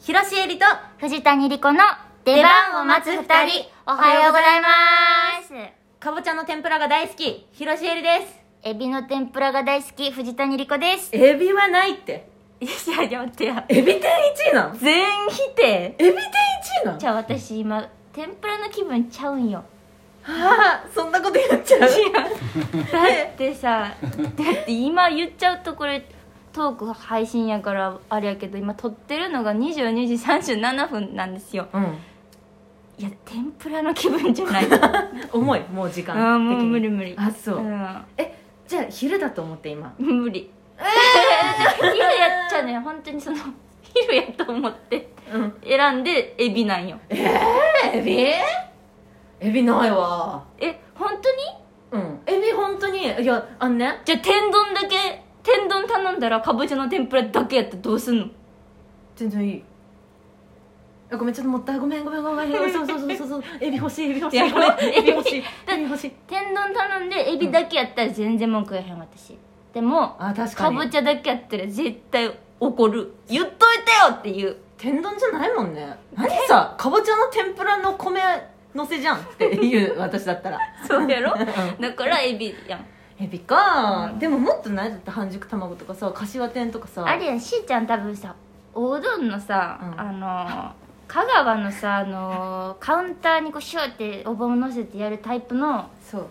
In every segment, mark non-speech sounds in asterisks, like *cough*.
広瀬えりと藤谷莉子の出番を待つ二人、おはようございます。かぼちゃの天ぷらが大好き広瀬えりですエビの天ぷらが大好き、藤谷莉子です。エビはないっていや、いや、待ってや。エビ天1位なの全否定。エビ天1位なのじゃあ私今、天ぷらの気分ちゃうんよ。ああそんなことやっ *laughs* ちゃうだってさ、だって今言っちゃうとこれ、トーク配信やからあれやけど、今撮ってるのが22時37分なんですよ。うんいや、天ぷらの気分じゃない。重いもう時間的にああ、 *laughs* もう無理無理。あそう、うんえじゃあ昼だと思って今無理ええ昼やっちゃうね本当にその昼やと思ってうん選んでエビなんよエビエビないわえ本当にうんエビ本当にいやあんねじゃあ天丼だけ天丼頼んだらかぼちゃの天ぷらだけやったらどうすんの全然いいあごめんちょっともったいごめんごめんごめんごめんそうそうそうそう *laughs* そうエビ欲しいエビ欲しいいやごめんごめ *laughs* んエビ欲しいエビエビ欲しい天丼頼んでエビだけやったら全然文句言えへん私でもあ確かかにぼちゃだけやったら絶対怒る言っといてよっていう天丼じゃないもんね何さかぼちゃの天ぷらの米のせじゃんっていう *laughs* 私だったらそうやろだからエビやんエビか、でももっとないだって半熟卵とかさ柏天とかさあれやんしーちゃん多分さおうどんのさ、うんあのー香川のさあのーカウンターにこうシューってお盆を乗せてやるタイプのそう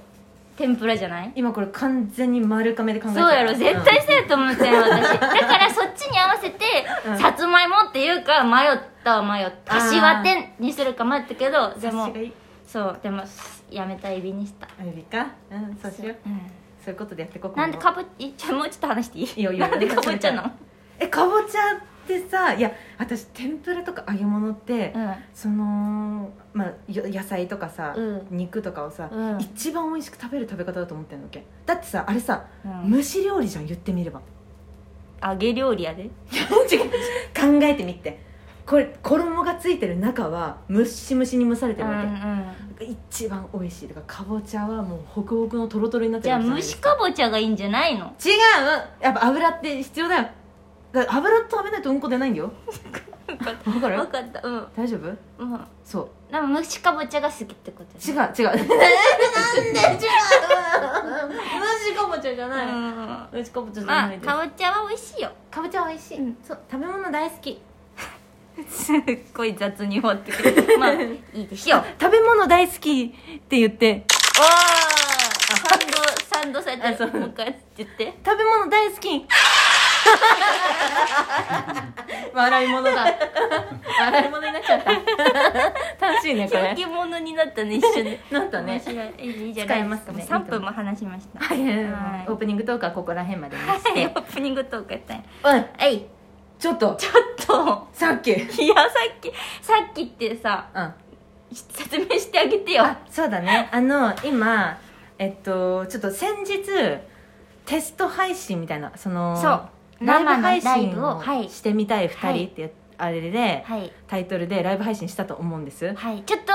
天ぷらじゃない今これ完全に丸亀で考えそてうるやろ絶対そうやと思ってん *laughs* 私だからそっちに合わせて、うんさつまいもっていうか迷ったは迷ったあー柏天にするか迷ったけどうんで察もしがいいそうでもやめたエビにしたエビかうんそうしよううんそういうことでやっていこうなんで今後かぼちゃもうちょっと話していいいいよいいよなんでかぼちゃなのえかぼちゃってさいや私天ぷらとか揚げ物って、そのまあよ野菜とかさ、うん肉とかをさ、うん一番美味しく食べる食べ方だと思ってんのっけだってさあれさ、うん、うん、蒸し料理じゃん言ってみれば揚げ料理や違でう違う考えてみってこれ衣がついてる中は蒸し蒸しに蒸されてるわけ、一番美味しいとかかぼちゃはもうホクホクのトロトロになってじるゃあわけ蒸しかぼちゃがいいんじゃないの違うやっぱ油って必要だよだから油食べないとうんこ出ないんだよ *laughs* わか分るかったうん大丈夫うんそうでも蒸しかぼちゃが好きってこ違とう違ううなんで違う虫かぼちゃじゃういん虫かぼちゃじゃまなあいですかぼちゃは美味しいよかぼちゃ美味しい、 *laughs* うんそう食べ物大好きすっごい雑に終わってくるま *laughs* あいいでしょう食べ物大好きって言っておサンドサンドされあたそうらもう一回言って食べ物大好き *laughs* 笑い物だ笑い物になっちゃった *laughs* 楽しいねこ人れ気者になったね一緒でなったね面白いいいじゃないですか使えますね3分も話しましたはい、はいオープニングトークはここら辺までにしはいてオープニングトークやったんやおいはいちょっとちょっさっきうんといやさっきさっきってさあ説明してあげてよそうだねあの今えっとちょっと先日テスト配信みたいなそのそうライブ生の配ライ信ブををはいしてみたい2はい人ってやあれではい、タイトルでライブ配信したと思うんですはい、ちょっと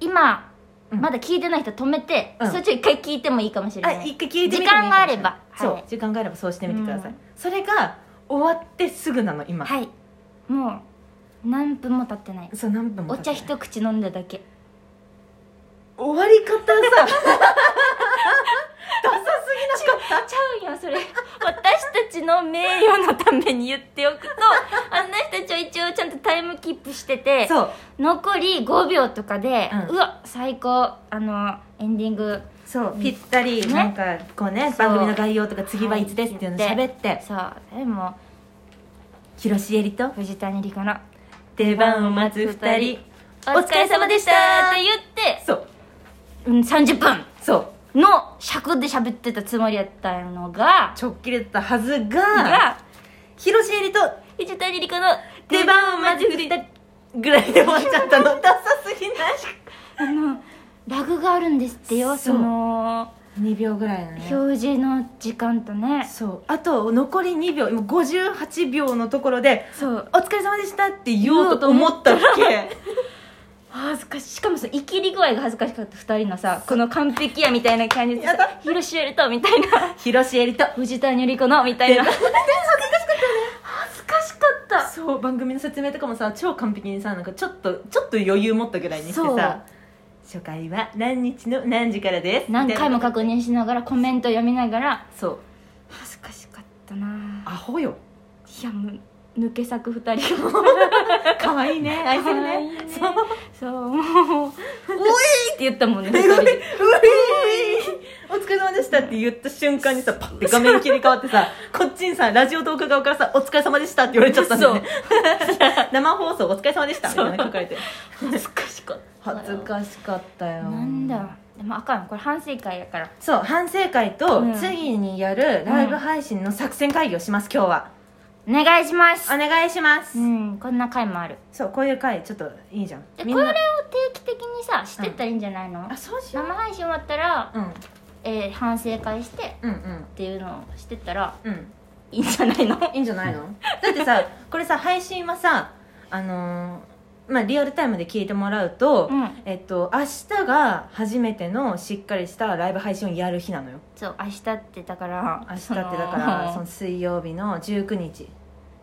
今、うんまだ聞いてない人止めて、うんそれちょ一回聞いてもいいかもしれあない、一回聞いてみてもいい時間があればかもしれないはいそう時間があればそうしてみてください、うんそれが終わってすぐなの今、はいもう何分も経ってないそう何分もお経茶ってない一口飲ん *laughs* だだけ終わり方 *laughs* さダサすぎなかったちゃうよそれ私たちの名誉のために言っ *laughs* ておくとあの人たちは一応ちゃんとタイムキープしててそう残り5秒とかで、ううんわ最高あのエンディングそううんぴったりねなんかこうねそう番組の概要とか次はいつですっていうのはい喋ってさあでも広しえりと藤谷莉子の出番を待つ二人「お疲れ様でした」って言ってそううん、30分そうの尺で喋ってたつもりやったのが、ちょっきれたはずがが、広しえりと藤谷莉子の出番を待つ二人ぐらいで終わっちゃったのダサす *laughs* ぎないあの、ラグがあるんですってよ、そそうの、 2秒ぐらいのね表示の時間とね。そうあと残り2秒今58秒のところでそう「お疲れ様でした」って言おうと思ったっ *laughs* け恥ずかしいしかもそのイキり具合が恥ずかしかった2人のさこの完璧やみたいな感じでやだ「広しえると」みたいな広しえりと「藤谷莉子の」みたいな出番恥ずかししかったそう番組の説明とかもさ超完璧にさなんかちょっとちょっと余裕持ったぐらいにしてそうさ初回は何日の何時からです何回もみたいな確認しながらコメント読みながらそう恥ずかしかったなアホよいやもう抜け作二人が *laughs* 可愛いね愛せる可愛ねいねそうそうもう「おい!」って言ったもんね二す人ごいうでいお疲れ様でしたって言った瞬間にさパッて画面切り替わって *laughs* さこっちにさラジオ動画側からさ「お疲れ様でした」って言われちゃったんだよね *laughs* 生放送「お疲れ様でした」みたいなの書かれて恥ずかしかった恥ずかしかったよなんだでもあかんこれ反省会やからそう反省会とうん次にやるライブ配信の作戦会議をします今日はお願いしますお願いしますうんこんな回もあるそうこういう会ちょっといいじゃんでみこんなれを定期的にさしてったらいいんじゃないの、あそうしよ生配信終わったら、ううんえー反省会してっうんうんていうのをしてったらうんいいんじゃないの *laughs* いいんじゃないのだってさこれさ配信はさあのーまあリアルタイムで聞いてもらうと、うんえっと明日が初めてのしっかりしたライブ配信をやる日なのよそう明日ってだから明日ってだからそそのの水曜日の19日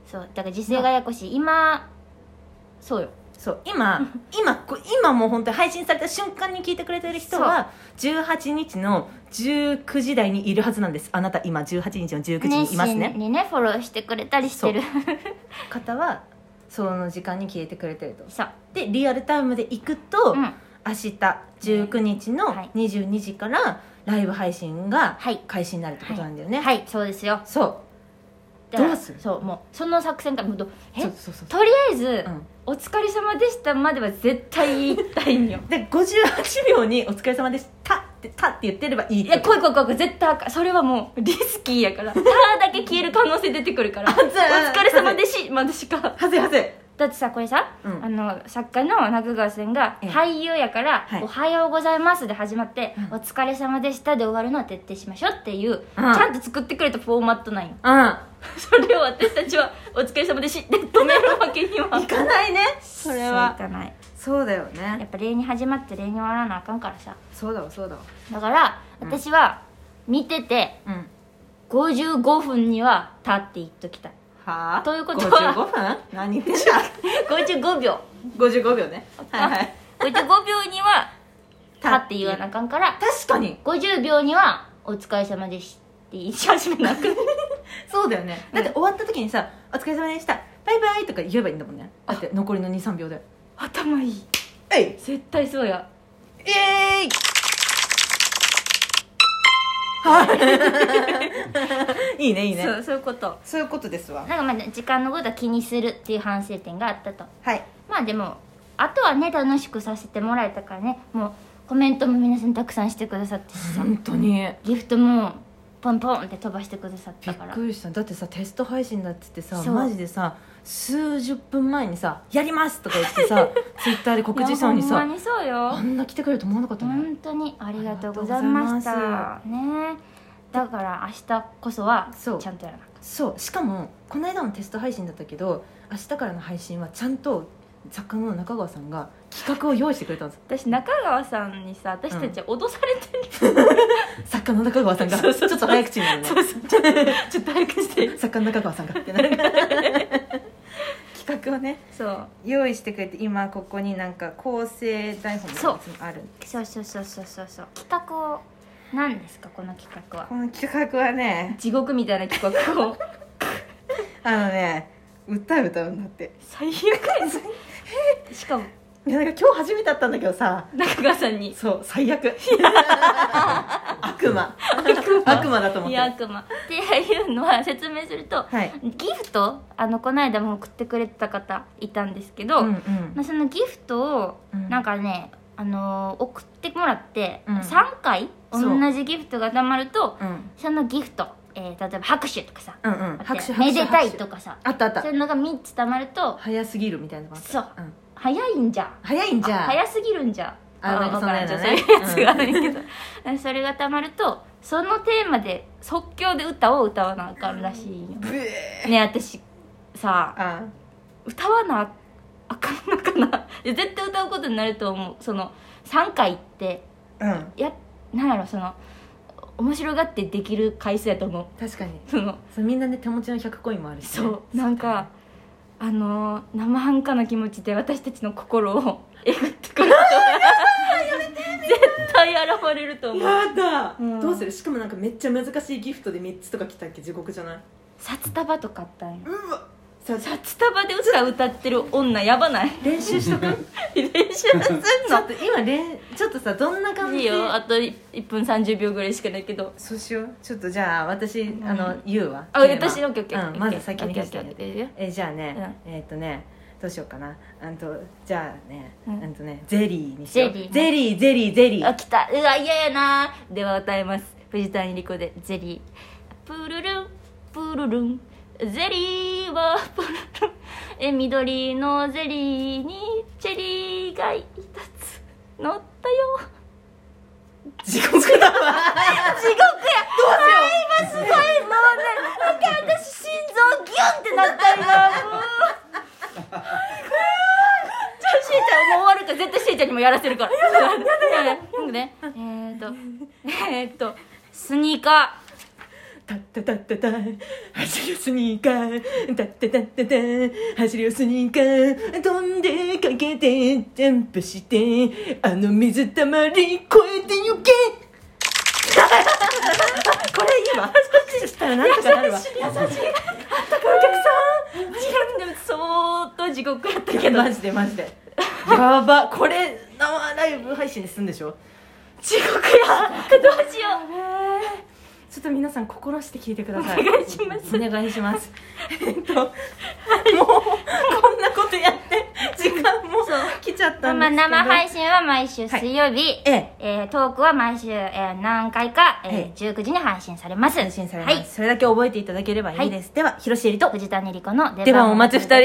そうだから時勢がややこしい今そうよそう今今こ今もう本当に配信された瞬間に聞いてくれてる人は18日の19時台にいるはずなんですあなた今18日の19時にいます熱ね心にねフォローしてくれたりしてる方はその時間に聞いてくれてると *laughs* そうでリアルタイムで行くと、うん明日19日のはい22時からライブ配信がはい開始になるってことなんだよね、はいそうですよそうだからどうするそうもうその作戦からもうどえそうそうそうとりあえず、うんお疲れ様でした」までは絶対言いたいんよで58秒に「お疲れ様でした」って「た」って言ってれば *laughs* いいっいてやこと来い来い来い来い絶対あかんそれはもうリスキーや *laughs* から「た」だけ消える可能性出てくるから「おずー疲れ様でし」までしかはずいはずいだってさこれさ、うんあの作家の中川さんがええ俳優やから「はいおはようございます」で始まってうん「お疲れ様でした」で終わるのは徹底しましょうっていう、うんちゃんと作ってくれたフォーマットなんよ *laughs* うんそれを私たちは「お疲れ様でし」 *laughs* で止めるわけには行かないねそれはそういかないそうだよやっねぱ礼に始まって礼に終わらなあかんからさそうだわそうだわだからうん私は見ててうんは55分には立って言っときたいあということは55分何言ってんだ55秒55秒ねはいはい55秒には立って言わなあかんから確かに50秒には「お疲れ様でし」って言い始めなくそうだよねだって終わった時にさ「お疲れ様でしたバイバイ」とか言えばいいんだもんねだって残りの23秒で頭いい「えい絶対そうやイエーイ!」 *laughs* はいいいねいいねそうそういうことそういうことですわなんかまあ時間のことは気にするっていう反省点があったとはいまあでもあとはね楽しくさせてもらえたからねもうコメントも皆さんたくさんしてくださってさ本当にギフトもポンポンって飛ばしてくださっびたっからくりしただってさテスト配信だっつってさそうマジでさ数十分前にさ「やります!」とか言って *laughs* さツイッターで告知したのにいやほさんまにそうあよんな来てくれると思わなかったね本当にありがとうございましたありがねだから明日こそはそうちゃんとやらなあかんそうしかもこの間のテスト配信だったけど明日からの配信はちゃんと作家の中川さんが企画を用意してくれたんです私中川さんにさ私たちは脅されてる、作家の中川さんがちそょうそうそうっと早口になるねそうそうちょっとちょっと早くし *laughs* て作家の中川さんがってなる企画をねそう用意してくれて今ここになんか構成台本みたいなやつもあるそうそうそうそうそうそう企画を何ですかこの企画はこの企画はね地獄みたいな企画 *laughs* をあのね歌歌うんだって最悪やしかもいやなんか今日初めて会ったんだけどさ中川さんにそう最悪 *laughs* 悪魔悪魔だと思いっやて悪魔っていうのは説明するとはいギフトあのこの間も送ってくれてた方いたんですけど、うんうんまあ、そのギフトをうんなんかね、あのー送ってもらって、うん3回そう同じギフトがたまるとうんそのギフト、えー例えば拍手とかさうんうん拍手拍手めでたい拍手とかさあったあっそういたうのが3つたまると早すぎるみたいなのもあったそううん早いんじゃ早いんじあゃ早すぎるんじゃあなんかわからんじそゃんあなそのねういうやつがあるんやけど、 *laughs* それがたまるとそのテーマで即興で歌を歌わなあかんらしいんよブエーね私さあ歌わなあかんのかないや絶対歌うことになると思うその3回ってうんやなんやろその面白がってできる回数やと思う確かにそのそうみんなね手持ちの100コインもあるしねそうなんかあの生半可な気持ちで私たちの心 *laughs* をえぐってくる人が絶対現れると思うやだ、うんどうするしかもなんかめっちゃ難しいギフトで3つとか来たっけ地獄じゃない札束とかあったんようわささ札束で歌歌ってる女やばない *laughs* 練習しとく練習す *laughs* んちょっのと今練ちょっとさどんな感じいいよあと1分30秒ぐらいしかないけどそうしようちょっとじゃあ私、あの言うわあテーマ私のオッケーオッケーうん、まず先にオッケー話してあげオッケーオッケーてえじゃあね、えーっとねどうしようかなうんとじゃあね、う、うんんとねゼリーにしようゼリーねゼリーゼリーゼリーあ来たうわ嫌やなでは歌います藤谷莉子で「ゼリー」プルルンプルルンゼリーはプルルンえ緑のゼリーにチェリーが一つ乗ったよ地獄だわ地獄やどうしよう今すごいもうねなんか私心臓ギュンってなった今もうじゃあしーちゃんもう終わるから絶対しーちゃんにもやらせるからやだやだやだなんかねえーっとえーっとスニーカタッタタッタタ走るよスニーカータッタタッタタ走るよスニーカー飛んでかけてジャンプしてあの水たまり越えてゆけ *laughs* これいいわ少ししたらなんとかなるわ優しいおーでも相当地獄やった客さ *laughs* けんどマジでマジでやばこれ生ライブ配信ですんでしょ地獄やどうしよちょっと皆さん心して聞いてくださいお願いしますお願いし *laughs* ますえっともうこんなことやって時間も来ちゃっうたんでますあけど生配信は毎週水曜日、えええートークは毎週、えー何回か、ええー19時に配信されます配信されます、はいそれだけ覚えていただければいいです、では広瀬えりと藤谷莉子の出番を待つ二人